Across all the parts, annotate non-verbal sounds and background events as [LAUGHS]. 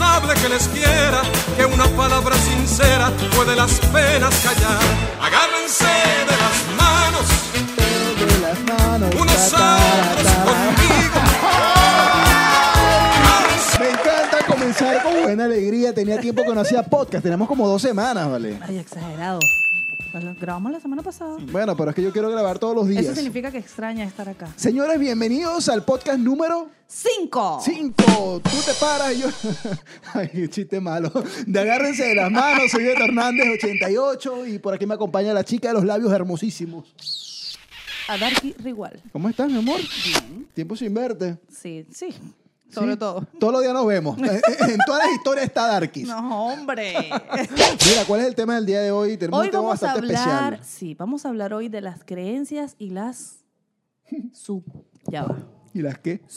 amable que les quiera, que una palabra sincera puede las penas callar. Agárrense de las manos, de las manos. unos a otros conmigo. Agárrense Me encanta comenzar con buena alegría. Tenía tiempo que no hacía podcast. Tenemos como dos semanas, ¿vale? Ay, exagerado. Pues lo grabamos la semana pasada. Bueno, pero es que yo quiero grabar todos los días. Eso significa que extraña estar acá. Señores, bienvenidos al podcast número ¡Cinco! 5. Tú te paras y yo. [LAUGHS] Ay, qué chiste malo. De agárrense de las manos. Soy Beto Hernández, 88. Y por aquí me acompaña la chica de los labios hermosísimos. A Darky Rigual. ¿Cómo estás, mi amor? Tiempo sin verte. Sí, sí. Sobre Sí. todo. Todos los días nos [LAUGHS] vemos. En, en todas las historias está Darkis. No, [LAUGHS] hombre. Mira, ¿cuál es el tema del día de hoy? Tenemos [LAUGHS] hoy un tema vamos a bastante hablar. especial. Sí, vamos a hablar hoy de las creencias [LAUGHS] y las. Su, ya va. ¿Y las qué? Ella no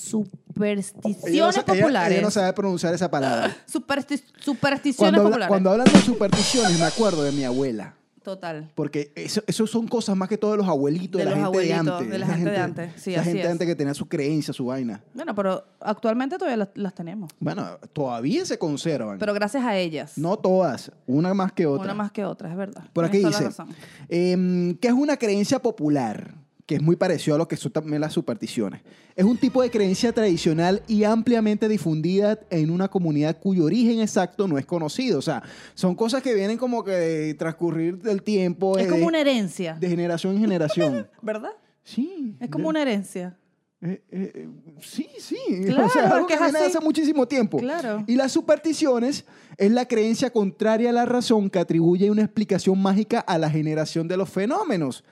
Supersticiones sa- ella- populares. ella no sabe pronunciar esa [GASPS] palabra. Supersti- supersticiones Cuando, habla- populares. cuando hablan de supersticiones, me acuerdo de mi abuela. Total. Porque eso, eso son cosas más que todo de los abuelitos, de, De la los gente de abuelitos, antes. de la Esa gente de antes. Sí, esa así gente de es. antes que tenía su creencia, su vaina. Bueno, pero actualmente todavía las, las tenemos. Bueno, todavía se conservan. Pero gracias a ellas. no todas, una más que otra. Una más que otra, es verdad. Por aquí Tienes toda dice, la razón. em, que es una creencia popular, que es muy parecido a lo que son también las supersticiones. Es un tipo de creencia tradicional y ampliamente difundida en una comunidad cuyo origen exacto no es conocido. O sea, son cosas que vienen como que de transcurrir del tiempo, Es eh, como de, una herencia, de generación en [LAUGHS] generación. ¿verdad? Sí. Es como una herencia. Eh, eh, eh, sí, sí. [LAUGHS] Claro, o sea, algo es que que es viene de así. hace muchísimo tiempo. Claro. Y las supersticiones es la creencia contraria a la razón que atribuye una explicación mágica a la generación de los fenómenos,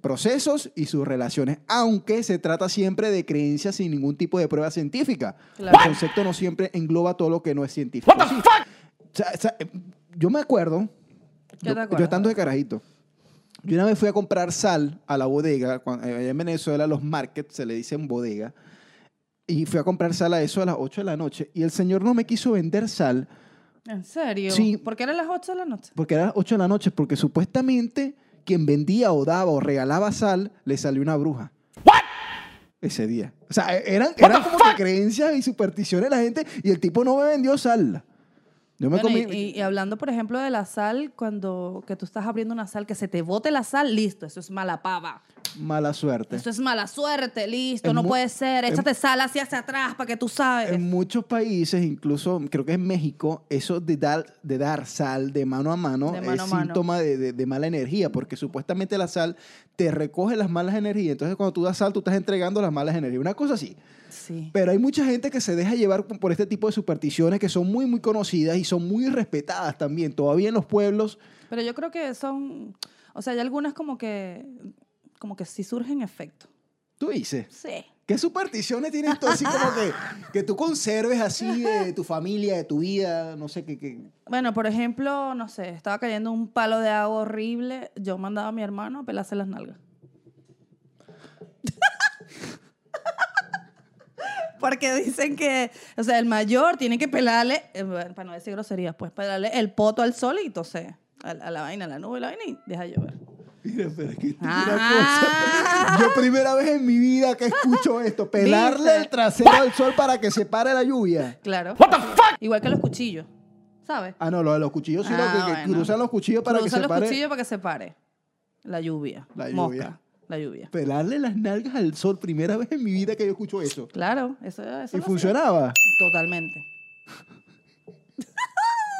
procesos y sus relaciones, aunque se trata siempre de creencias sin ningún tipo de prueba científica. Claro. El concepto no siempre engloba todo lo que no es científico. Sí. O sea, o sea, eh, yo me acuerdo, te yo, yo acuerdas? estando de carajito, yo una vez fui a comprar sal a la bodega, cuando, eh, allá en Venezuela los markets se le dicen bodega, y fui a comprar sal a eso a las 8 de la noche, y el señor no me quiso vender sal ¿En serio? Sí. Porque eran las 8 de la noche. porque era las 8 de la noche, porque supuestamente quien vendía o daba o regalaba sal le salió una bruja. Ese día. O sea, e- eran, eran como que creencias y supersticiones de la gente, y el tipo no me vendió sal. Yo me Bueno, y, comí... y- y hablando, por ejemplo, de la sal, cuando que tú estás abriendo una sal, que se te bote la sal, listo, eso es mala pava. Mala suerte. Eso es mala suerte, listo, En no mu- puede ser. en- Échate sal así hacia atrás para que tú sabes. En muchos países, incluso creo que en México, eso de dar, de dar sal de mano a mano De mano es a mano. síntoma de, de- de mala energía, porque supuestamente la sal te recoge las malas energías. Entonces, cuando tú das sal, tú estás entregando las malas energías. Una cosa así. sí. Pero hay mucha gente que se deja llevar por por este tipo de supersticiones que son muy, muy conocidas y son muy respetadas también. Todavía en los pueblos. Pero yo creo que son, o sea, hay algunas como que, como que sí surgen efecto. Tú dices. Sí. ¿Qué supersticiones tienes tú así como que, que tú conserves así de tu familia, de tu vida? No sé, qué qué- Bueno, por ejemplo, no sé, estaba cayendo un palo de agua horrible, yo mandaba a mi hermano a pelarse las nalgas. [LAUGHS] Porque dicen que, o sea, el mayor tiene que pelarle, eh, bueno, para no decir groserías, pues pelarle el poto al sol y entonces a, la- a la vaina, a la nube, a la vaina y deja llover. Mira, pero es que esto es Ah. una cosa. Yo primera vez en mi vida que escucho esto. Pelarle ¿Viste? el trasero al sol para que se pare la lluvia. Claro. Igual que los cuchillos, ¿sabes? Ah, no, lo de los cuchillos, sino Ah, que, que bueno. cruzan los cuchillos para Cruzan que se los pare. cuchillos para que se pare. La lluvia. La lluvia. Mosca. La lluvia. Pelarle las nalgas al sol, primera vez en mi vida que yo escucho eso. Claro, eso, eso lo Y hacía. funcionaba. Totalmente. [LAUGHS]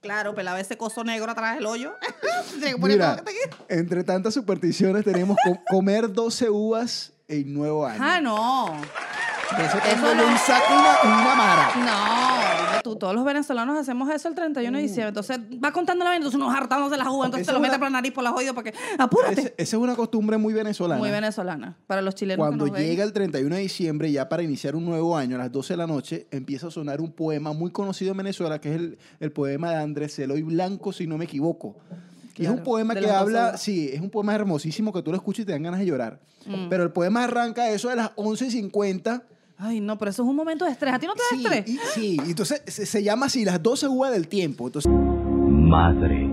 claro, pelaba ese coso negro atrás del hoyo. [LAUGHS] Tenía que poner Mira, todo aquí. entre tantas supersticiones tenemos co- comer 12 uvas en nuevo año. ah, no. Eso eso tengo no. un saco y una, y una mara. No, dime tú, todos los venezolanos hacemos eso el 31 de diciembre. Entonces, va contando la vaina, entonces uno hartándose las uvas, entonces Esa te lo es mete una- por la nariz, por las oídos, porque apúrate. Ese- Esa es una costumbre muy venezolana. Muy venezolana. Para los chilenos. que Cuando nos ven. llega el 31 de diciembre, ya para iniciar un nuevo año, a las 12 de la noche, empieza a sonar un poema muy conocido en Venezuela, que es el, el poema de Andrés Celoy Blanco, si no me equivoco. Y es Claro, un poema de que las 12 de habla, la- sí, es un poema hermosísimo que tú lo escuchas y te dan ganas de llorar. Mm. Pero el poema arranca eso de las 11.50. Ay, no, pero eso es un momento de estrés. ¿A ti no te da Sí, estrés? y, sí, y entonces se, se llama así, las 12 uvas del tiempo. Entonces, Madre,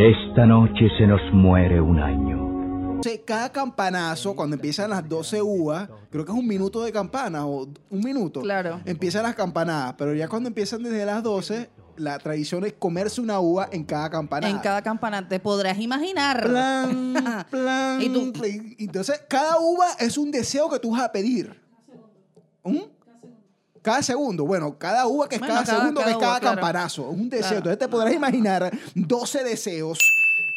esta noche se nos muere un año. Entonces, cada campanazo, cuando empiezan las 12 uvas, creo que es un minuto de campana o un minuto. Claro. Empiezan las campanadas, pero ya cuando empiezan desde las 12, la tradición es comerse una uva en cada campanada. En cada campana, te podrás imaginar. [LAUGHS] plan, plan. Y tú- plan. Entonces, cada uva es un deseo que tú vas a pedir. ¿Mm? Cada segundo, bueno, cada uva que es Bueno, cada, cada- segundo, cada que es cada uva, claro. campanazo, es un deseo. Claro. Entonces te podrás imaginar 12 deseos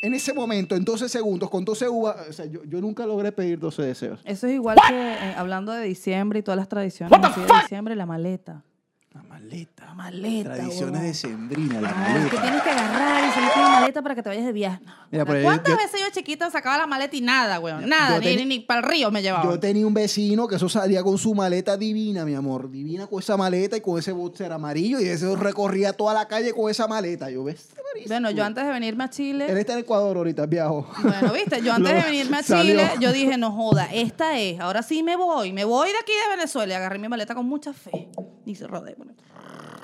en ese momento, en 12 segundos, con 12 uvas. O sea, yo, yo nunca logré pedir 12 deseos. Eso es igual que eh, hablando de diciembre y todas las tradiciones así de diciembre, la maleta. La maleta. La maleta. Tradiciones huevón. de sembrina, la Ah, que maleta. tienes que agarrar y salir con la maleta para que te vayas de viaje. No, Mira, pero yo- ¿Cuántas yo- veces yo chiquita sacaba la maleta y nada, weón? Nada, Yo ni, teni- ni, para el río me llevaba. Yo tenía un vecino que eso salía con su maleta divina, mi amor. Divina con esa maleta y con ese boxer amarillo. Y eso recorría toda la calle con esa maleta. Yo ves. Bueno, yo antes de venirme a Chile. Él está en Ecuador ahorita, viajo. Bueno, viste, [LAUGHS] yo antes de Luego venirme a salió. Chile, yo dije, no joda, esta es, ahora sí me voy, me voy de aquí de Venezuela. Y agarré mi maleta con mucha fe. Y se rodé. bueno,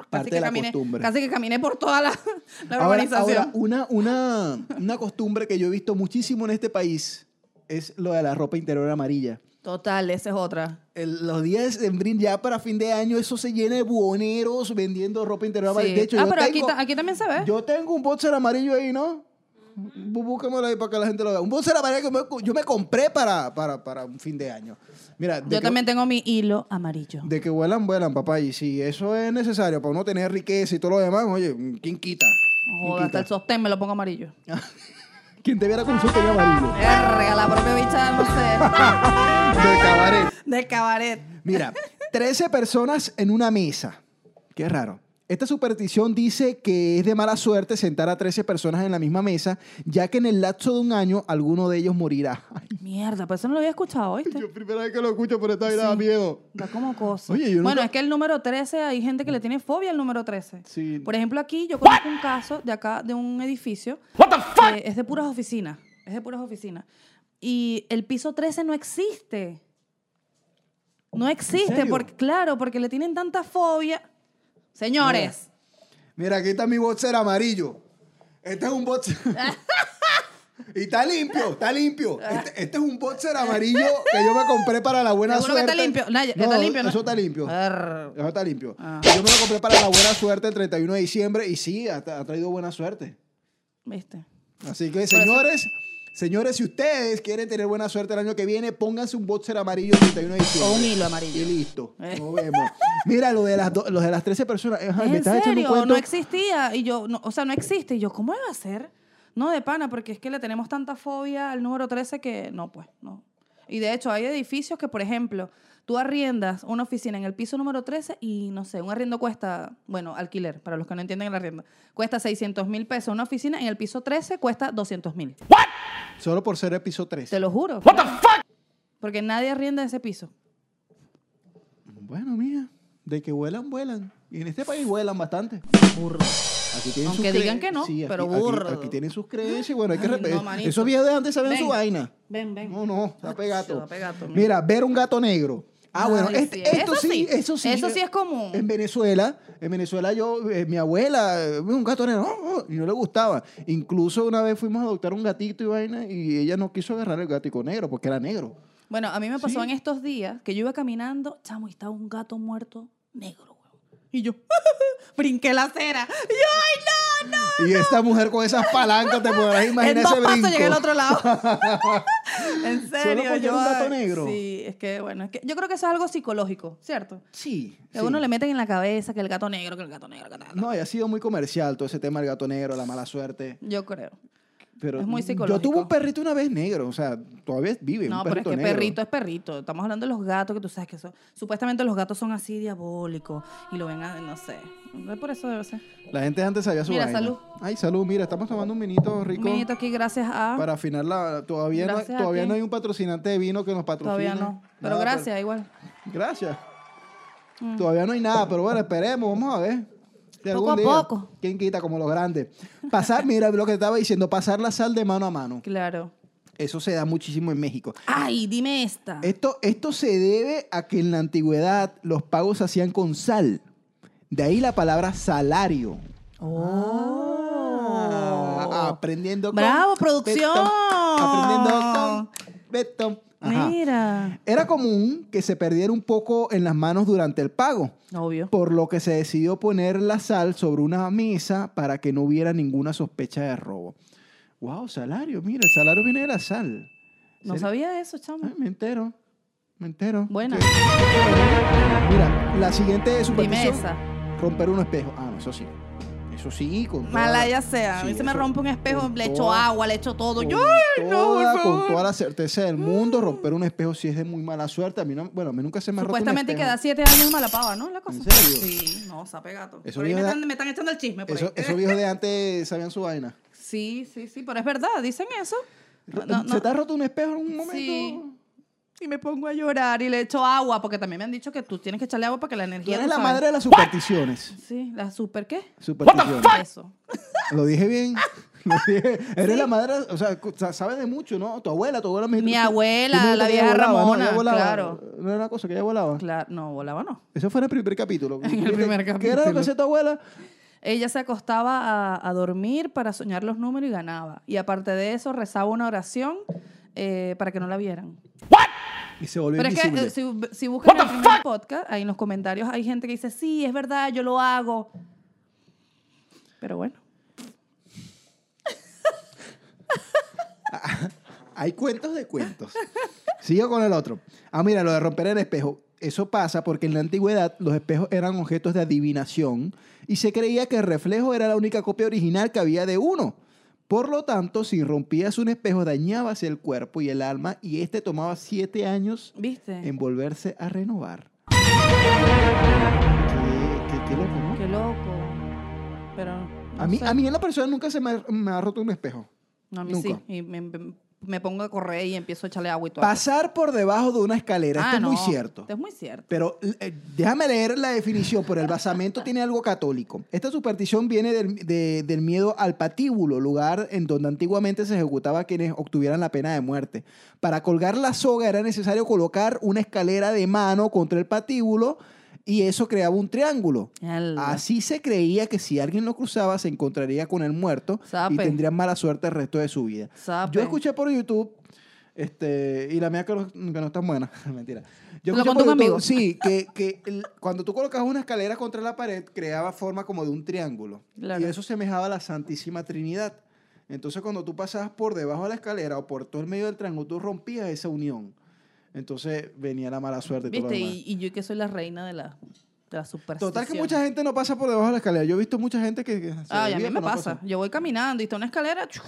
Parte de la caminé, costumbre. casi que caminé por toda la, [LAUGHS] la ahora, urbanización. ahora, una, una, una costumbre que yo he visto muchísimo en este país es lo de la ropa interior amarilla. Total, esa es otra. El- los días de sembrina, ya para fin de año, eso se llena de buhoneros vendiendo ropa interior amarilla. Sí. De hecho, ah, yo pero aquí, tengo- ta- aquí también se ve. Yo tengo un boxer amarillo ahí, ¿no? Bú- Búscamelo ahí para que la gente lo vea. Un boxer amarillo que me- yo me compré para, para, para un fin de año. Mira, de, Yo que, también tengo mi hilo amarillo. de que vuelan, vuelan, papá. Y si eso es necesario para uno tener riqueza y todo lo demás, oye, ¿quién quita? No ¿Quién Joda, Oh, hasta quita? el sostén me lo pongo amarillo. Quien te viera con su pelo amarillo. Verga, la propia bicha, no sé, De cabaret. [LAUGHS] del cabaret. Mira, 13 personas en una mesa. Qué raro. Esta superstición dice que es de mala suerte sentar a 13 personas en la misma mesa, ya que en el lapso de un año alguno de ellos morirá. Mierda, pues eso no lo había escuchado, ¿oíste? Yo primera vez que lo escucho, pero esta vida da miedo. Da como cosa. Oye, yo nunca- Bueno, es que el número 13, hay gente que le tiene fobia al número 13. Sí. Por ejemplo, aquí yo conozco un caso de acá, de un edificio. que es de puras oficinas. Es de puras oficinas. Y el piso 13 no existe. No existe, serio? porque, claro, porque le tienen tanta fobia. Señores. Mira, aquí está mi boxer amarillo. Este es un [LAUGHS] boxer. y está limpio, está limpio. Este, este es un boxer amarillo que yo me compré para la buena Seguro que suerte. está limpio. Naya, está limpio, ¿no? Eso está limpio. Arr. Eso está limpio. Ah. Yo me lo compré para la buena suerte el 31 de diciembre y sí, ha, ha traído buena suerte. ¿Viste? Así que, señores, señores, si ustedes quieren tener buena suerte el año que viene, pónganse un boxer amarillo el 31 de diciembre. O un hilo amarillo. Y listo. Eh. Nos vemos. Mira, lo de las, do- lo de las 13 personas. Ay, me ¿En estás echando un serio? cuento. No existía. Y yo, no, o sea, no existe. Y yo, ¿cómo iba a ser? No, de pana, porque es que le tenemos tanta fobia al número 13 que no, pues, no. Y de hecho, hay edificios que, por ejemplo, tú arriendas una oficina en el piso número 13 y, no sé, un arriendo cuesta, bueno, alquiler, para los que no entienden el arriendo, cuesta 600 mil pesos. Una oficina en el piso 13 cuesta 200 mil. Solo por ser el piso 3. Te lo juro. Porque nadie arrienda ese piso. Bueno, mía, de que vuelan, vuelan. Y en este país vuelan bastante. Burro. Aquí tienen Aunque cre- digan que no, Sí, aquí- pero aquí- burro. Aquí, tienen sus creencias y bueno, hay que Ay, respetar. no, manito. Esos viejos de antes sabían Ven. su vaina. Ven, ven. No, no, está Acho, pegato. está pegato, mira. Mira, ver un gato negro. Ah, bueno, Ay, este- sí. esto Eso sí, sí, eso sí. eso eh, sí es común. En Venezuela, en Venezuela yo, eh, mi abuela, eh, un gato negro, oh, oh, y no le gustaba. Incluso una vez fuimos a adoptar un gatito y vaina y ella no quiso agarrar el gatico negro porque era negro. Bueno, a mí me pasó Sí. en estos días que yo iba caminando, chamo, y estaba un gato muerto negro, weón. Y yo, [LAUGHS] brinqué la acera. Y yo, ¡ay, no, no! Y esta mujer con esas palancas, te podrás imaginar [LAUGHS] en dos ese pasos brinco. llegué al otro lado. [LAUGHS] en serio, porque era yo. un gato ay, negro. Sí, es que, bueno, es que yo creo que eso es algo psicológico, ¿cierto? Sí. Que a sí. uno le meten en la cabeza que el gato negro, que el gato negro, que tal. No, y ha sido muy comercial todo ese tema del gato negro, la mala suerte. Yo creo. Pero Es muy Yo tuve psicológico. un perrito una vez negro, o sea, todavía vive un No, pero es perrito que negro. perrito es perrito. Estamos hablando de los gatos que tú sabes que son. Supuestamente los gatos son así diabólicos y lo ven, a, no sé. Por eso debe ser. La gente antes sabía su Mira, vaina. salud. Ay, salud, mira, estamos tomando un vinito rico. Un vinito aquí gracias a... Para afinar la... Todavía, no, Gracias a todavía ti. no hay un patrocinante de vino que nos patrocine. Todavía no. Pero Nada, gracias, igual. Gracias. Todavía no hay nada, pero bueno, esperemos, vamos a ver. Si Poco algún a día, poco. ¿Quién quita como los grandes? Pasar, mira lo que estaba diciendo, pasar la sal de mano a mano. Claro. Eso se da muchísimo en México. Ay, dime esta. Esto, esto se debe a que en la antigüedad los pagos se hacían con sal. De ahí la palabra salario. Oh. Ah, aprendiendo con. Bravo, producción. Aprendiendo con Beto. Ajá. Mira. Era común que se perdiera un poco en las manos durante el pago, Obvio. por lo que se decidió poner la sal sobre una mesa para que no hubiera ninguna sospecha de robo. Wow, salario, mira, el salario viene de la sal. No ¿Serio? sabía eso, chamo. Ay, me entero. Me entero. Buena. Mira, la siguiente Dime superstición esa. romper un espejo. Ah, no, eso sí. Eso sí, con toda Mala la- ya sea. a Sí, mí se me eso- rompe un espejo, con le echo toda- agua, le echo todo. con Yo, ¡ay, no, por toda- favor! Con toda la certeza del mundo, romper un espejo sí es de muy mala suerte. A mí no, bueno, a mí nunca se me ha roto un Supuestamente espejo. queda siete años mala pava, ¿no? La cosa. ¿En serio? Sí, no, sape gato. Eso Por ahí me, viene de- están, me están echando el chisme. Por Eso, ahí. esos viejos de antes sabían su vaina. Sí, sí, sí, pero es verdad, dicen eso. No, no, ¿Se no. te ha roto un espejo en un momento? Sí. Y me pongo a llorar y le echo agua, porque también me han dicho que tú tienes que echarle agua para que la Tú energía. eres tú la sabes. madre de las supersticiones. Sí, la super qué? Supersticiones. Eso. Lo dije [LAUGHS] bien. Lo dije. Eres la madre, o sea, cu- sa- sabes de mucho, ¿no? Tu abuela, tu abuela me Mi tú- tú- tú abuela, me dijiste la que ella vieja volaba, ¿no? Ella Ramona, volaba. claro. No era una cosa que ella volaba. Claro, no, volaba no. Eso fue en el primer capítulo. [LAUGHS] En el primer ¿Qué era lo que capítulo. hacía tu abuela? Ella se acostaba a, a dormir para soñar los números y ganaba. Y aparte de eso, rezaba una oración eh, para que no la vieran. Y se volvió Pero es que invisible. eh, si, bu- si buscan el primer podcast, ahí en los comentarios hay gente que dice, sí, es verdad, yo lo hago. Pero bueno. Hay cuentos de cuentos. Sigo con el otro. Ah, mira, lo de romper el espejo. Eso pasa porque en la antigüedad los espejos eran objetos de adivinación y se creía que el reflejo era la única copia original que había de uno. Por lo tanto, si rompías un espejo, dañabas el cuerpo y el alma y este tomaba siete años ¿Viste? en volverse a renovar. Qué, qué- qué loco, ¿no? Qué loco. Pero. no A mí, sé. a mí en la persona nunca se me ha- me ha roto un espejo. No, a mí nunca. sí. Y me, me- me pongo a correr y empiezo a echarle agua y todo. Ah, Pasar por debajo de una escalera, esto es muy cierto. Esto es muy cierto. Pero eh, déjame leer la definición, pero el basamento tiene algo católico. Esta superstición viene del, de- del miedo al patíbulo, lugar en donde antiguamente se ejecutaba a quienes obtuvieran la pena de muerte. Para colgar la soga era necesario colocar una escalera de mano contra el patíbulo y eso creaba un triángulo. Mierda. Así se creía que si alguien lo cruzaba se encontraría con el muerto y Sape. tendría mala suerte el resto de su vida. Sape. Yo escuché por YouTube, este, y la mía que, lo- que no es tan buena, [LAUGHS] mentira. Yo Lo escuché contó por un YouTube, amigo. [LAUGHS] Sí, que, que el- cuando tú colocabas una escalera contra la pared, creaba forma como de un triángulo. Claro. Y eso semejaba a la Santísima Trinidad. Entonces, cuando tú pasabas por debajo de la escalera o por todo el medio del triángulo, tú rompías esa unión. Entonces venía la mala suerte. y todo lo ¿Viste? demás. Y, y yo que soy la reina de la, de la superstición. Total que mucha gente no pasa por debajo de la escalera. Yo he visto mucha gente que... que se Ay, a desvía mí por me una pasa. cosa. Yo voy caminando y está una escalera. chuf,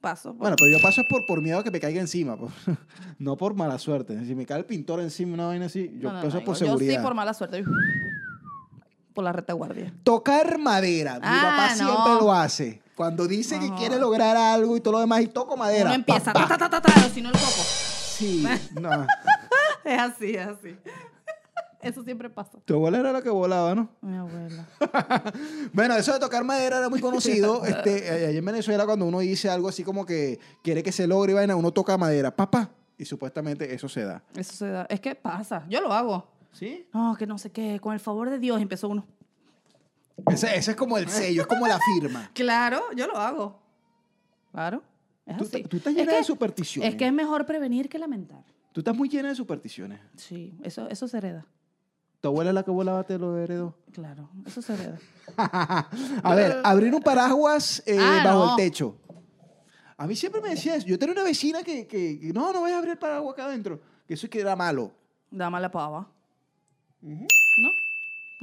paso. pues. por- Bueno, pero yo paso es por, por miedo a que me caiga encima. por- [LAUGHS] no por mala suerte. Si me cae el pintor encima, una vaina así, yo No, no, paso no, por yo- seguridad. Yo sí, por mala suerte. yo- Por la retaguardia. Tocar madera. Mi Ah, papá no. siempre lo hace. Cuando dice que No. quiere lograr algo y todo lo demás y toco madera. Uno empieza, ta, ta, ta, ta, ta, si no el coco. Sí, no. [LAUGHS] Es así, es así. [LAUGHS] Eso siempre pasa. Tu abuela era la que volaba, ¿no? Mi abuela. Bueno, eso de tocar madera [LAUGHS] era muy conocido. este, allá en Venezuela, cuando uno dice algo así como que quiere que se logre y vaina, uno toca madera. Papá. Y supuestamente eso se da. Eso se da. Es que pasa. Yo lo hago. ¿Sí? No, que no sé qué. Con el favor de Dios empezó uno. Ese, ese es como el sello, es como la firma. Claro, yo lo hago. Claro. Es Tú, así. tú estás Es llena que- de supersticiones. Es que es mejor prevenir que lamentar. Tú estás muy llena de supersticiones. Sí, eso, eso se hereda. Tu abuela es la que volaba, te lo heredó. Claro, eso se hereda. a ver, abrir un paraguas eh, Ah, bajo no. el techo. A mí siempre me decía eso. Yo tenía una vecina que, que- que, no, no vayas a abrir el paraguas acá adentro. Que eso es que era malo. Da mala pava. ¿No?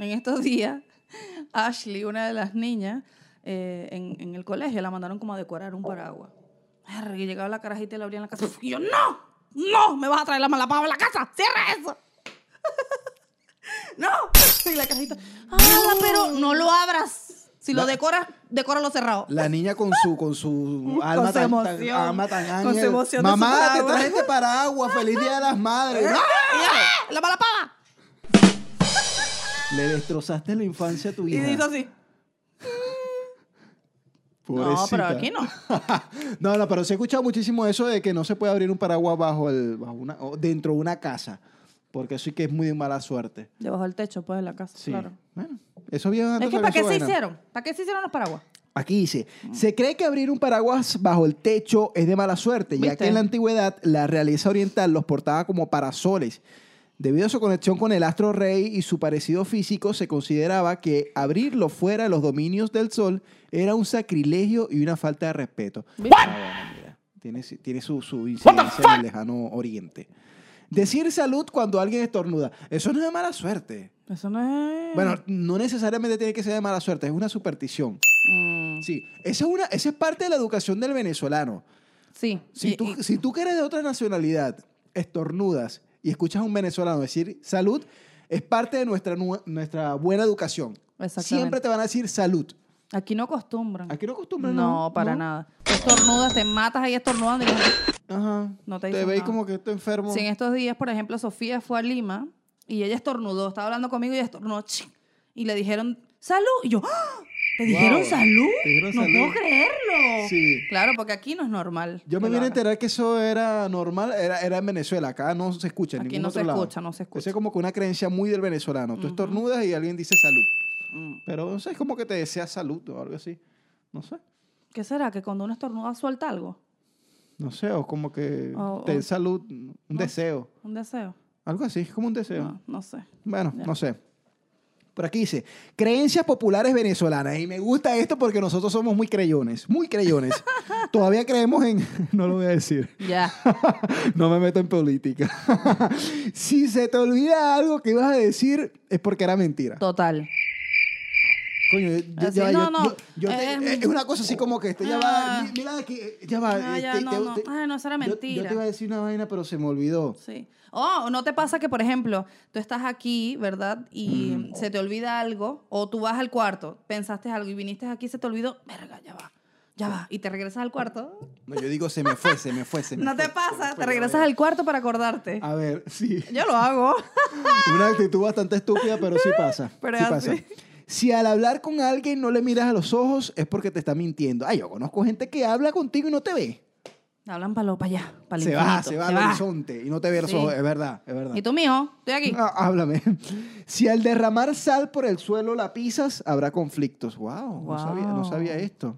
En estos días, [LAUGHS] Ashley, una de las niñas, eh, en, en el colegio la mandaron como a decorar un paraguas. Arre, Y llegaba la carajita y la abría en la casa. Y yo, ¡no! ¡No! ¡Me vas a traer la mala pava a la casa! ¡Cierra eso! [LAUGHS] ¡No! Y la carajita, ¡ah, pero no lo abras! Si lo La- decoras, decóralo cerrado. La niña con su, con su alma su tan, tan- emoción. alma tan Con su ángel. emoción de su Mamá, te paraguas". traje este paraguas. Feliz Día de las Madres. [LAUGHS] Y yo, "¡Ah, ¡La mala pava! Le destrozaste la infancia a tu Y hija. hizo así. No, pero Pobrecita. aquí no. [LAUGHS] no, no, pero se ha escuchado muchísimo eso de que no se puede abrir un paraguas bajo el, bajo una, o dentro de una casa. Porque eso sí que es muy de mala suerte. Debajo del techo, pues, de la casa. Sí. Claro. Bueno, Ah, eso bien antes Es que había ¿para qué su se Mm. vaina. hicieron? ¿Para qué se hicieron los paraguas? Aquí dice, se cree que abrir un paraguas bajo el techo es de mala suerte, ya ¿Viste? que en la antigüedad la realeza oriental los portaba como parasoles. Debido a su conexión con el astro rey y su parecido físico, se consideraba que abrirlo fuera de los dominios del sol era un sacrilegio y una falta de respeto. Ah, bueno, mira, tiene, si- tiene su, su incidencia en el lejano oriente. Decir salud cuando alguien estornuda, eso no es de mala suerte. Eso no es... Bueno, no necesariamente tiene que ser de mala suerte, es una superstición. Mm, Sí, esa es, una, esa es parte de la educación del venezolano. sí. Si, Y- tú, y- si tú que eres de otra nacionalidad, estornudas y escuchas a un venezolano decir salud, es parte de nuestra, nu- nuestra buena educación. Exactamente. Siempre te van a decir salud. Aquí no acostumbran. Aquí no acostumbran, No, ¿no? para ¿No? nada. Tú estornudas, te matas ahí estornudando. y no- Ajá. No te te dicen veis nada. como que estoy enfermo. Si en estos días, por ejemplo, Sofía fue a Lima y ella estornudó, estaba hablando conmigo y ella estornudó. ¡chin! Y le dijeron, salud. Y yo, ¡ah! ¿te Wow. dijeron salud? Te dijeron no salud. puedo creerlo. Sí. Claro, porque aquí no es normal. Yo que me lo vine a hagan. enterar que eso era normal, era, era en Venezuela, acá no se escucha en Aquí ningún no se otro lado. escucha, no se escucha. Eso es como que una creencia muy del venezolano. Tú estornudas y alguien dice salud. Mm. Pero no sé, es como que te desea salud o algo así. No sé. ¿Qué será? ¿Que cuando uno estornuda suelta algo? No sé, o como que O- te o- dé salud, un deseo. ¿Un deseo? Algo así, es como un deseo. No, no sé. Bueno, Ah. Ya. no sé. Por aquí dice, creencias populares venezolanas. Y me gusta esto porque nosotros somos muy creyones, muy creyones. [LAUGHS] Todavía creemos en... [LAUGHS] No lo voy a decir. Ya. [LAUGHS] No me meto en política. [LAUGHS] si se te olvida algo que ibas a decir, es porque era mentira. Total. Coño, yo- yo- Así, ya va, no, yo- no, yo- yo te- eh, es una cosa así como que este, ya va, ah. mi- mira aquí, eh, ya va. Ah, eh, ya, te- no, te- no. te- Ay, no, eso era yo- Yo, mentira. te iba a decir una vaina, pero se me olvidó. Sí. Oh, ¿no te pasa que, por ejemplo, tú estás aquí, ¿verdad? Y Mm. se te olvida algo, o tú vas al cuarto, pensaste algo y viniste aquí, se te olvidó, verga, ya va, ya va, y te regresas al cuarto. No, yo digo se me fue, se me fue, se me ¿No fue, te se me pasa? fue, Te ya regresas va, al cuarto para acordarte. ya. A ver, sí. [LAUGHS] Yo lo hago. [LAUGHS] Una actitud bastante estúpida, pero sí pasa. Pero sí es pasa. así. Si al hablar con alguien no le miras a los ojos, es porque te está mintiendo. Ay, yo conozco gente que habla contigo y no te ve. Hablan para lo, para allá, para Se va, se va al horizonte y no te ve los Sí. ojos. Es verdad, es verdad. Y tú, mijo, estoy aquí. Ah, háblame. Si al derramar sal por el suelo la pisas, habrá conflictos. Wow, No, Wow. sabía, no sabía esto.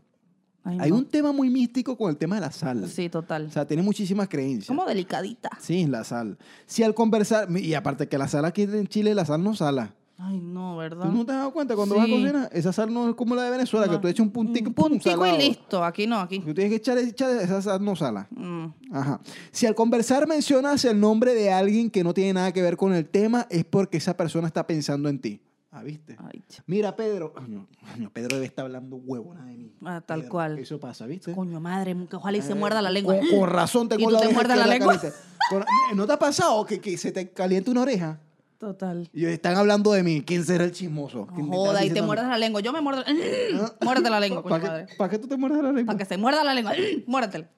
Ay, Hay no. un tema muy místico con el tema de la sal. Sí, total. O sea, tiene muchísimas creencias. Como delicadita. Sí, la sal. Si al conversar, y aparte que la sal aquí en Chile, la sal no sala. Ay, no, ¿verdad? ¿Tú no te has dado cuenta cuando Sí. vas a cocinar? Esa sal no es como la de Venezuela, que No. tú echas un puntico, Un pum, puntico y salado. listo. Aquí no, aquí. Tú tienes que echar, echar, esa sal no sala. Mm. Ajá. Si al conversar mencionas el nombre de alguien que no tiene nada que ver con el tema, es porque esa persona está pensando en ti. Ah, ¿viste? Ay, ch- Mira, Pedro. Coño, coño, Pedro debe estar hablando huevona de mí. Ah, tal Pedro, cual. Eso pasa, ¿viste? Eh, Coño madre, que ojalá y se muerda la lengua. Con, con razón Y tengo tú la te oreja muerdas la izquierda lengua. caliente. Con- eh, ¿No te ha pasado que, que se te calienta una oreja? Total. Y están hablando de mí. ¿Quién será el chismoso? No ¿Quién está Joda, y te diciendo- ¿Ah? muerdas la lengua. Yo me muerdo. [LAUGHS] la- Muérdete la lengua, coño ¿Para madre. qué, pa' qué tú te muerdes la lengua? Para que se muerda la lengua. [LAUGHS] Muérdetela.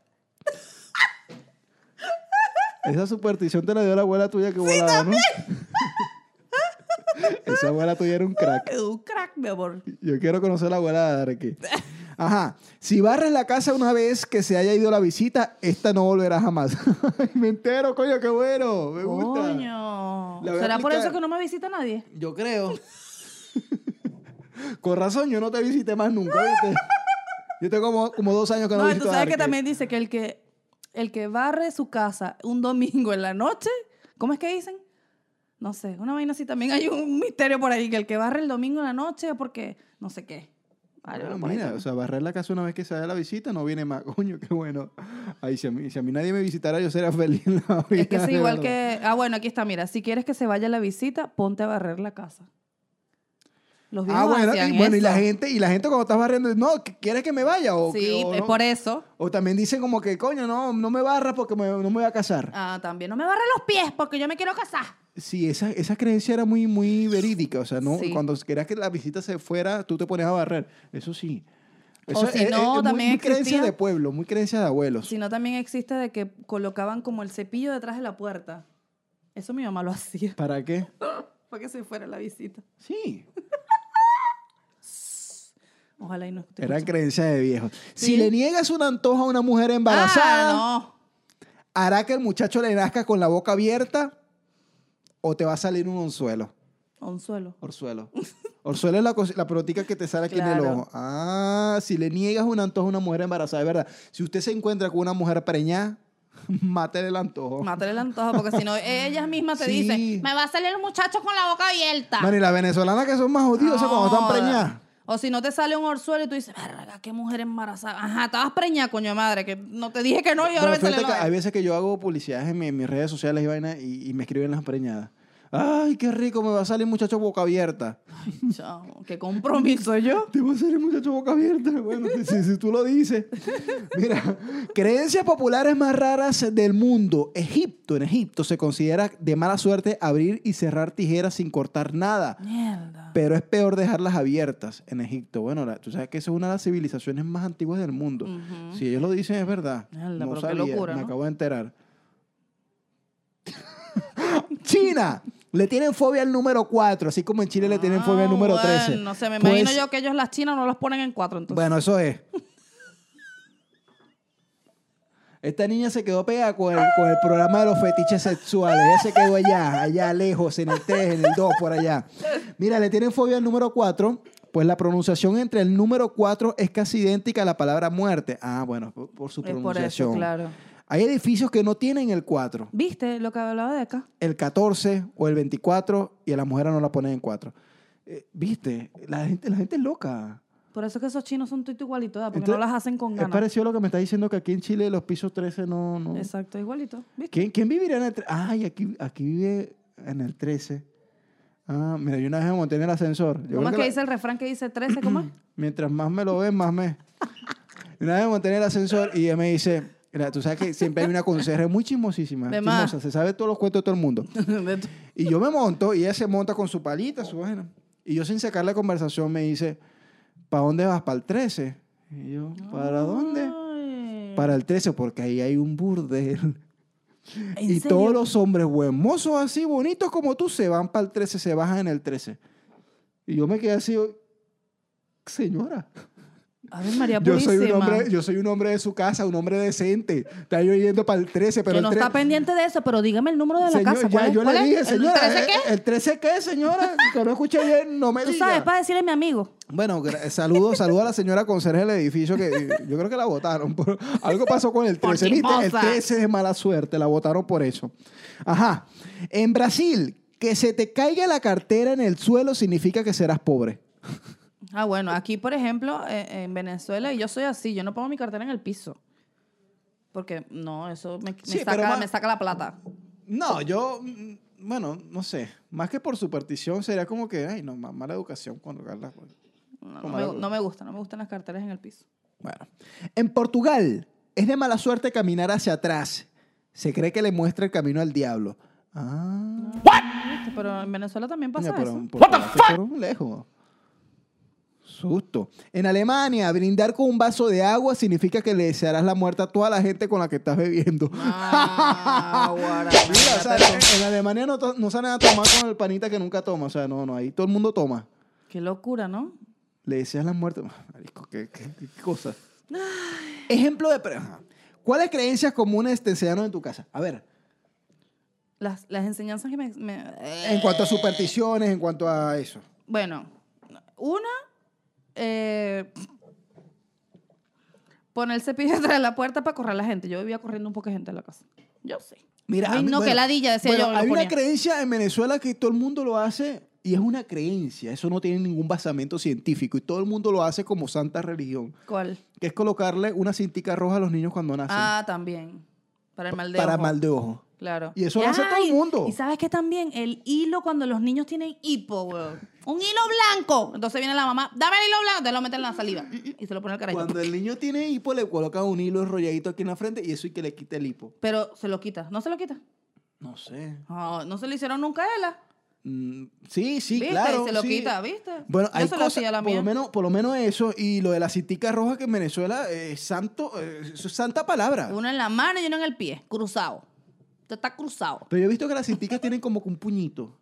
Esa superstición te la dio la abuela tuya que volaba, ¿no? [LAUGHS] Esa abuela tuya era un crack. Quedó un crack, mi amor. Yo quiero conocer a la abuela de Arqui. Ajá. Si barres la casa una vez que se haya ido la visita, esta no volverá jamás. [LAUGHS] Ay, me entero, coño, qué bueno. Me gusta. Coño. La voy a ¿Será por aplicar. eso que no me visita nadie? Yo creo. Con razón, yo no te visité más nunca, ¿viste? Yo tengo como, como dos años que no, No, visito tú a sabes que Arqui. también dice que el que el que barre su casa un [LAUGHS] domingo en la noche, ¿cómo es que dicen? No sé, una vaina así también hay un misterio por ahí que el que barre el domingo en la noche porque no sé qué. Algo Bueno, por ahí mira, o también. sea, barrer la casa una vez que se da la visita no viene más. [LAUGHS] Coño, qué bueno. Ay, si a mí, si a mí nadie me visitara, yo sería feliz. en la [LAUGHS] Es [LAUGHS] que vida, es de igual verdad. que. Ah, bueno, aquí está, mira. Si quieres que se vaya la visita, ponte a barrer la casa. Los viejos Ah, bueno, hacían y, bueno, y la eso. gente, y la gente cuando estás barriendo, no, ¿qu- ¿quieres que me vaya? O, Sí, que- o es no? por e-, eso. O también dicen como que, coño, no, no me barras porque me- no me voy a casar. Ah, también. No me barre los pies porque yo me quiero casar. Sí, esa, esa creencia era muy, muy verídica. O sea, no, Sí. cuando querías que la visita se fuera, tú te ponías a barrer. Eso sí. O Eso si es- no, es- es también muy, muy creencia existía- de pueblo, muy creencia de abuelos. Si no, también existe de que colocaban como el cepillo detrás de la puerta. Eso mi mamá lo [LAUGHS] hacía. ¿Para qué? Para que se fuera la visita. Sí. Ojalá y no escuche. Eran creencias de viejos. Si Sí. le niegas un antojo a una mujer Ah, embarazada, no. hará que el muchacho le nazca con la boca abierta o te va a salir un onzuelo. Onzuelo. [LAUGHS] Orzuelo. Orzuela es la, cosi- la pelotica que te sale aquí en el Claro. ojo. Ah, si le niegas un antojo a una mujer embarazada, es verdad. Si usted se encuentra con una mujer preñada, [LAUGHS] mátele el antojo. Mátale el antojo, porque si no, ellas mismas te Sí. dicen, me va a salir un muchacho con la boca abierta. Man, y las venezolanas que son más odiosas cuando están Joda. preñadas. O si no te sale un orzuelo y tú dices, verga, qué mujer embarazada. Ajá, estabas preñada, coño de madre, que no te dije que no y ahora Pero me sale fíjate que la- hay veces que yo hago publicidades en, mi- en mis redes sociales y vaina y, y me escriben las preñadas. Ay, qué rico, me va a salir muchacho boca abierta. Chao, qué compromiso yo. Te va a salir muchacho boca abierta. Bueno, [LAUGHS] si, si tú lo dices. Mira, creencias populares más raras del mundo. Egipto, en Egipto se considera de mala suerte abrir y cerrar tijeras sin cortar nada. Mierda. Pero es peor dejarlas abiertas en Egipto. Bueno, la- tú sabes que esa es una de las civilizaciones más antiguas del mundo. Ujú. Si ellos lo dicen, es verdad. Mierda, no pero qué sabía, locura, me ¿no? acabo de enterar. [LAUGHS] ¡China! Le tienen fobia al número 4, así como en Chile le tienen fobia al número 13. Ah, No sé, me Pues- imagino yo que ellos las chinas no las ponen en cuatro, entonces. Bueno, eso es. Esta niña se quedó pegada con el, con el programa de los fetiches sexuales. Ella se quedó allá, allá lejos, en el 3, en el 2, por allá. Mira, le tienen fobia al número 4. Pues la pronunciación entre el número 4 es casi idéntica a la palabra muerte. Ah, bueno, por, por su es por pronunciación. eso, claro. Hay edificios que no tienen el 4, ¿Viste lo que hablaba de acá? el 14 o el 24 y a las mujeres no la ponen en 4. Eh, ¿Viste? La gente, la gente es loca. Por eso es que esos chinos son tuito igualitos, porque Entonces, no las hacen con Es ganas. parecido a lo que me está diciendo que aquí en Chile los pisos 13 no... no. Exacto, igualito. ¿Viste? ¿Quién, quién viviría en el 13? Ay, aquí, aquí vive en el 13. Ah, mira, yo una vez me monté en el ascensor. Yo creo ¿Cómo es que que la- dice el refrán que dice 13? ¿Cómo es? Mientras más me lo ven, más me... [LAUGHS] una vez me monté en el ascensor y ella me dice... mira, tú sabes que siempre hay una consejera muy chismosísima. De más. chismosa, se sabe todos los cuentos [LAUGHS] de todo el mundo. De tu- Y yo me monto y ella se monta con su palita, su vaina. Y yo sin sacar la conversación me dice, ¿para dónde vas? ¿Para el 13? Y yo, ¿para dónde? Ah. Ay. Para el 13, porque ahí hay un [LAUGHS] burdel. ¿En Y serio? todos los hombres buen mozos así bonitos como tú se van para el 13, se bajan en el 13. Y yo me quedé así, señora, Ave María yo soy, un Purísima. hombre, yo soy un hombre de su casa, un hombre decente. Está yo yendo para el 13, pero que el no 13 está pendiente de eso, pero dígame el número de la Señor, casa. ya ¿Cuál es? yo ¿Cuál le es? dije, ¿El señora. ¿13 qué? ¿El 13 qué, señora? Que no escuché bien, no me Tú diga. sabes, para decirle a mi amigo. Bueno, gra- eh, saludo, saludo a la señora conserje del edificio que eh, yo creo que la votaron. Por, algo pasó con el Por 13, ¿viste? El chismosa. 13 de mala suerte, la votaron por eso. Ajá. En Brasil, que se te caiga la cartera en el suelo significa que serás pobre. Ah, bueno, aquí, por ejemplo, eh, en Venezuela, y yo soy así, yo no pongo mi cartera en el piso. Porque, no, eso me, me Sí, pero saca, más- me saca la plata. No, yo, mm, bueno, no sé. Más que por superstición, sería como que, ay, no, ma- mala educación cuando Carla. No, no Como me, algo- no me gusta, no me gustan las carteras en el piso. Bueno. En Portugal, es de mala suerte caminar hacia atrás. Se cree que le muestra el camino al diablo. Ah. ¿Viste? Pero en Venezuela también pasa Coño, pero eso. en Portugal se fueron lejos. Susto. En Alemania, brindar con un vaso de agua significa que le desearás la muerte a toda la gente con la que estás bebiendo. Ah, guará, [LAUGHS] Mira, o sea, imagínate tú. en, en Alemania no, to- no salen a tomar con el panita que nunca toma. O sea, no, no, ahí todo el mundo toma. Qué locura, ¿no? Le deseas la muerte. Marico, qué, qué- qué cosa. Ejemplo de... pre- Ajá. ¿Cuáles creencias comunes te enseñaron en tu casa? A ver, Las, las enseñanzas que me... me- eh, en cuanto a supersticiones, en cuanto a eso. Bueno, una, eh, poner el cepillo [LAUGHS] detrás de la puerta para correr a la gente. Yo vivía corriendo un poco de gente en la casa. Yo sí. Mira, Ay, a mí- no, qué ladilla, decía yo, lo Hay una ponía. creencia en Venezuela que todo el mundo lo hace y es una creencia. Eso no tiene ningún basamento científico y todo el mundo lo hace como santa religión, ¿Cuál? que es colocarle una cintica roja a los niños cuando nacen Ah, también. Para el mal de para ojo. mal de ojo. Claro. Y eso lo hace todo el ay, mundo. Y sabes que también el hilo cuando los niños tienen hipo, weón. Un hilo blanco. Entonces viene la mamá, dame el hilo blanco, te lo meten en la saliva Mm, mm, y se lo pone al carayito. Cuando el niño tiene hipo le colocan un hilo enrolladito aquí en la frente y eso y que le quite el hipo. Pero se lo quita, no se lo quita. No sé. Ah, no se lo hicieron nunca a ella. Mm, sí, sí, ¿Viste? claro. se lo sí. quita, ¿viste? Bueno, Yo hay se lo cosas, hacía a la por, mía. lo menos, por lo menos eso, y lo de la cintica roja que en Venezuela eh, es santo, eh, es santa palabra. Uno en la mano y uno en el pie, cruzado. Esto está cruzado. Pero yo he visto que las cinticas tienen como que un puñito.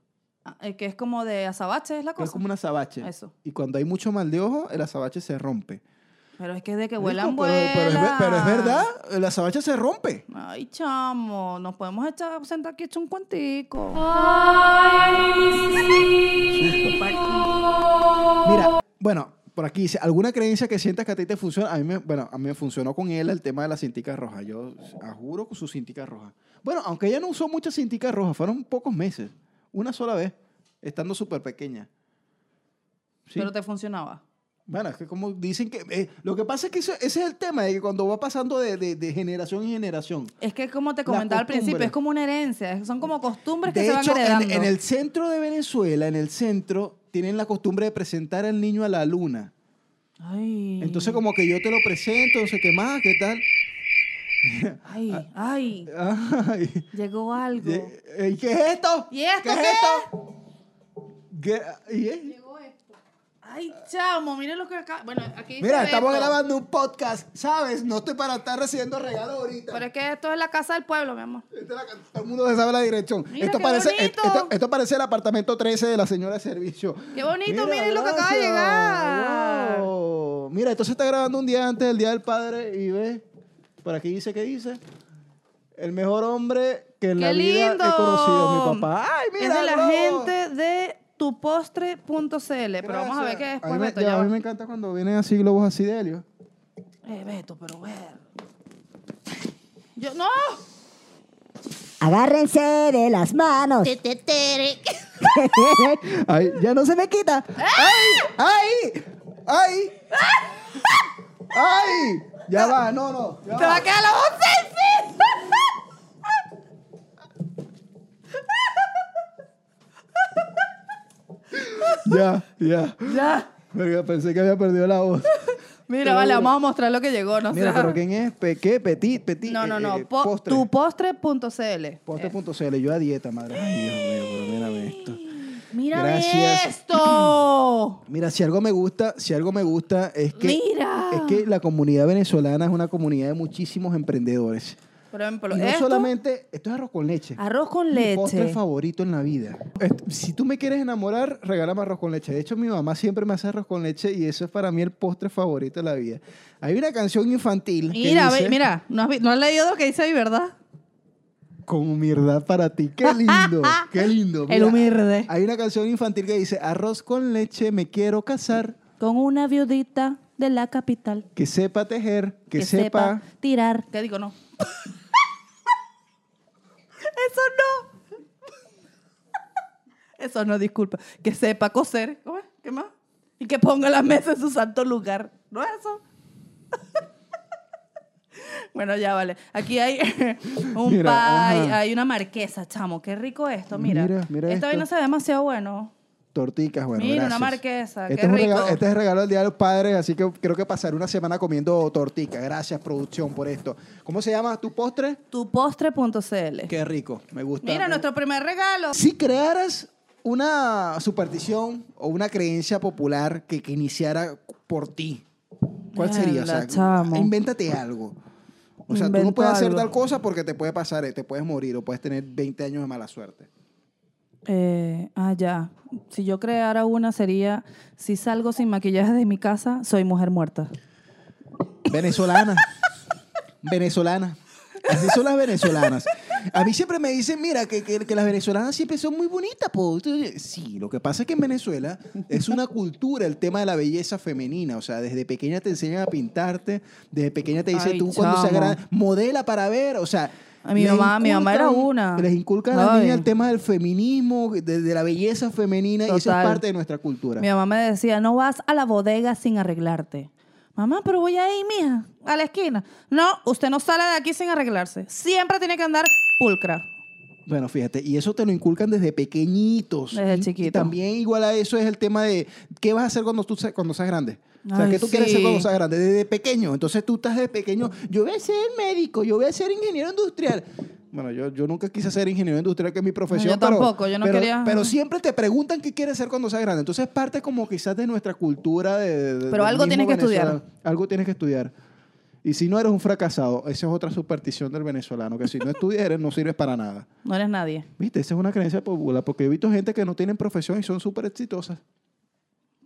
Ah, eh, que es como de azabache, es la cosa. Es como un azabache. Eso. Y cuando hay mucho mal de ojo, el azabache se rompe. Pero es que de que vuelan, Marico, pero, pero es, ve- vuelan. pero es verdad, el azabache se rompe. Ay, chamo, nos podemos echar, sentar aquí hecho un cuantico. Susto. Mira, bueno, por aquí dice, ¿alguna creencia que sientas que a ti te funciona? A mí me, bueno, a mí me funcionó con él el tema de la cintica roja. Yo ah, juro con su cintica roja. Bueno, aunque ella no usó muchas cinticas rojas, fueron pocos meses. Una sola vez, estando súper pequeña. Sí. Pero te funcionaba. Bueno, es que como dicen que... eh, lo que pasa es que eso- ese es el tema, de que cuando va pasando de, de- de generación en generación. Es que como te Las comentaba al principio, costumbres. es como una herencia, es- son como costumbres que De se hecho, van en, heredando. en el centro de Venezuela, en el centro, tienen la costumbre de presentar al niño a la luna. Ay. Entonces como que yo te lo presento, no sé qué más, qué tal. Ay, ah, ay, Ay. llegó algo. ¿Y qué es esto? ¿Y esto ¿Qué es qué? esto? ¿Qué- ¿Y es? Ay, chamo, miren lo que acá. Bueno, aquí dice Mira, estamos Beto. grabando un podcast, ¿sabes? No estoy para estar recibiendo regalos ahorita. Pero es que esto es la casa del pueblo, mi amor. Esta es la ca- Todo el mundo se sabe la dirección. Mira, esto, qué parece, bonito. et- esto, esto parece el apartamento 13 de la señora de servicio. Qué bonito, miren lo que acaba de llegar. wow. Mira, esto se está grabando un día antes del Día del Padre y ve, por aquí dice que dice. El mejor hombre que en ¡Qué la vida lindo! he conocido, mi papá. ¡Ay, mira! es de la globo! gente de tupostre.cl. Pero vamos a ver qué Gracias. después A mí me- Beto, ya, ya a va. mí me encanta cuando vienen así globos así de helio. Eh, Beto, pero ver. Yo, ¡No! Agárrense de las manos. Te, te, tere. Ay, ya no se me quita. ¡Ay! ¡Ay! ¡Ay! ¡Ay! Ya va, no, no. ya ¡Te va va. a quedar la voz sexy! Ya, ya. Ya. Verga, pensé que había perdido la voz. Mira, vale, vamos a mostrar lo que llegó, no Mira, sé. pero ¿quién es? Pe- ¿Qué? Petit, petit. No, no, eh, no. eh, po- Eh. postre. Tupostre.cl. Postre.cl, yo a dieta, madre. Ay, Dios mío, pero mírame esto. Mira Gracias. [CLEARS THROAT] esto. Mira, si algo me gusta, si algo me gusta es que Mira. es que la comunidad venezolana es una comunidad de muchísimos emprendedores. Por ejemplo, Y no esto, solamente, esto es arroz con leche. arroz con Mi postre leche. favorito en la vida. Est- Si tú me quieres enamorar, regálame arroz con leche. De hecho, mi mamá siempre me hace arroz con leche y eso es para mí el postre favorito de la vida. Hay una canción infantil que Mira, ve- dice, mira, no has, vi- no has leído lo que dice ahí, ¿verdad? con humildad para ti. [LAUGHS] Qué lindo, qué lindo. El humilde. Hay una canción infantil que dice, arroz con leche, me quiero casar, Con una viudita de la capital. que sepa tejer, que, sepa... tirar. ¿Qué digo? No. [LAUGHS] Eso no. [LAUGHS] Eso no, disculpa. Que sepa coser. ¿Cómo es? ¿Qué más? Y que ponga la mesa en su santo lugar. ¿No es eso? [LAUGHS] Bueno, ya vale. Aquí hay [LAUGHS] un Mira, pie, ajá. hay una marquesa, chamo. Qué rico esto, mira. Mira, mira esto. Esta vaina se ve demasiado bueno. Torticas, bueno, Mira, una gracias. marquesa, Este qué es un rico. regalo- este es el regalo del Día de los Padres, así que creo que pasaré una semana comiendo torticas. Gracias, producción, por esto. ¿Cómo se llama tu postre? Tupostre.cl. Qué rico, me gusta. Mira, Me- nuestro primer regalo. Si crearas una superstición o una creencia popular que, que iniciara por ti, ¿cuál sería? O sea, Mierda, chamo. invéntate algo. O sea, tú no Invento puedes hacer algo. tal cosa porque te puede pasar, eh, te puedes morir o puedes tener 20 años de mala suerte. Eh, ah, ya. Si yo creara una sería, si salgo sin maquillaje de mi casa, soy mujer muerta. Venezolana. venezolana. Así son las venezolanas. A mí siempre me dicen, mira, que, que- que las venezolanas siempre son muy bonitas. po. Sí, lo que pasa es que en Venezuela es una cultura el tema de la belleza femenina. O sea, desde pequeña te enseñan a pintarte, desde pequeña te dicen, Ay, tú cuando se chamo. agrada, modela para ver. O sea, A mi les mamá- mi mamá era inculcan- una. Les inculcan a la Ay. niña el tema del feminismo, de, de la belleza femenina, y eso es Total. parte de nuestra cultura. Mi mamá me decía, no vas a la bodega sin arreglarte. Mamá, pero voy ahí, mija, a la esquina. No, usted no sale de aquí sin arreglarse. Siempre tiene que andar pulcra. Bueno, fíjate, y eso te lo inculcan desde pequeñitos. Desde Y- y chiquito. también igual a eso es el tema de qué vas a hacer cuando tú se- cuando seas grande. O sea, Ay, ¿qué tú quieres hacer sí. cuando seas grande? Desde pequeño. Entonces tú estás desde pequeño. Yo voy a ser médico, yo voy a ser ingeniero industrial. Bueno, yo, yo nunca quise ser ingeniero industrial, que es mi profesión. yo pero- tampoco, yo no pero- quería- Pero siempre te preguntan qué quieres ser cuando seas grande. Entonces parte como quizás de nuestra cultura de... de- de- Pero del algo mismo tienes que estudiar. venezolano. Algo tienes que estudiar. Y si no eres un fracasado, esa es otra superstición del venezolano, que si no estudias eres- no sirves para nada. No eres nadie. Viste, esa es una creencia popular, porque he visto gente que no tienen profesión y son súper exitosas.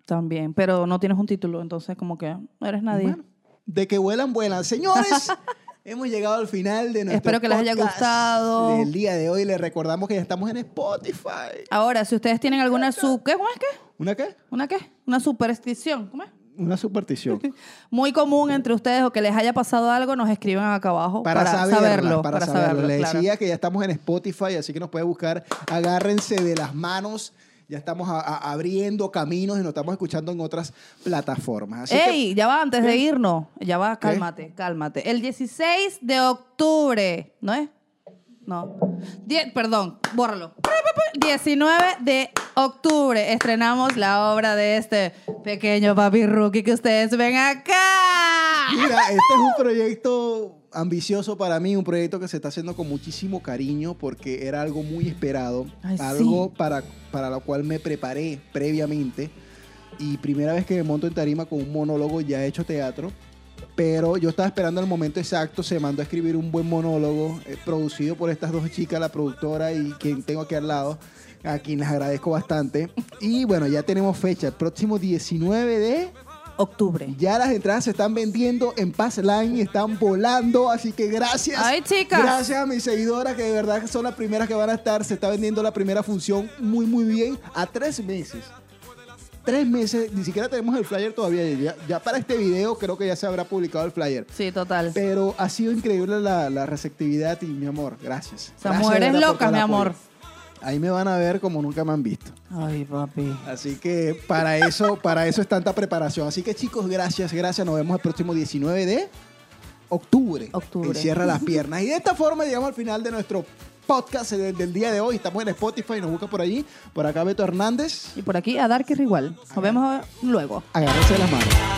También, pero no tienes un título, entonces como que no eres nadie. Bueno, de que vuelan, vuelan. Señores, [LAUGHS] Hemos llegado al final de nuestro Espero que les haya podcast gustado. del día de hoy les recordamos que ya estamos en Spotify. Ahora, si ustedes tienen alguna su... ¿Qué? ¿Cómo es qué? ¿Una qué? ¿Una qué? ¿Una superstición? ¿Cómo es? Una superstición. Muy común entre ustedes o que les haya pasado algo, nos escriban acá abajo [LAUGHS] Para, saberla, saberlo. Para, saberlo. Les claro. decía que ya estamos en Spotify, así que nos puede buscar. Agárrense de las manos. Ya estamos a- a- abriendo caminos y nos estamos escuchando en otras plataformas. Así que- Ey, ya va, antes de irnos. Ya va, cálmate, cálmate. El 16 de octubre, ¿no es? No. Die- perdón, bórralo. 19 de octubre estrenamos la obra de este pequeño papi rookie que ustedes ven acá. Mira, este es un proyecto ambicioso para mí, un proyecto que se está haciendo con muchísimo cariño porque era algo muy esperado, Ay, sí. algo para, para lo cual me preparé previamente y primera vez que me monto en tarima con un monólogo ya hecho teatro, pero yo estaba esperando el momento exacto, se mandó a escribir un buen monólogo eh, producido por estas dos chicas, la productora y quien tengo aquí al lado. A quien les agradezco bastante. Y bueno, ya tenemos fecha. El próximo 19 de Octubre. ya las entradas se están vendiendo en Pass Line y están volando, así que gracias. Ay, chicas. Gracias a mis seguidoras que de verdad son las primeras que van a estar. Se está vendiendo la primera función muy, muy bien a tres meses. Tres meses, ni siquiera tenemos el flyer todavía. Ya, ya para este video creo que ya se habrá publicado el flyer. Sí, total. Pero ha sido increíble la, la receptividad y mi amor, gracias. O sea, Gracias, mujeres de verdad, por locas, todo el mi apoyo. amor. Ahí me van a ver como nunca me han visto. Ay, papi. Así que para eso, para eso es tanta preparación. Así que chicos, gracias, gracias. Nos vemos el próximo 19 de octubre. Octubre. En Cierra las piernas. Y de esta forma llegamos al final de nuestro podcast del, del día de hoy. Estamos en Spotify, nos busca por allí. Por acá Beto Hernández. Y por aquí a Darker igual. Nos vemos luego. Agárrense las manos.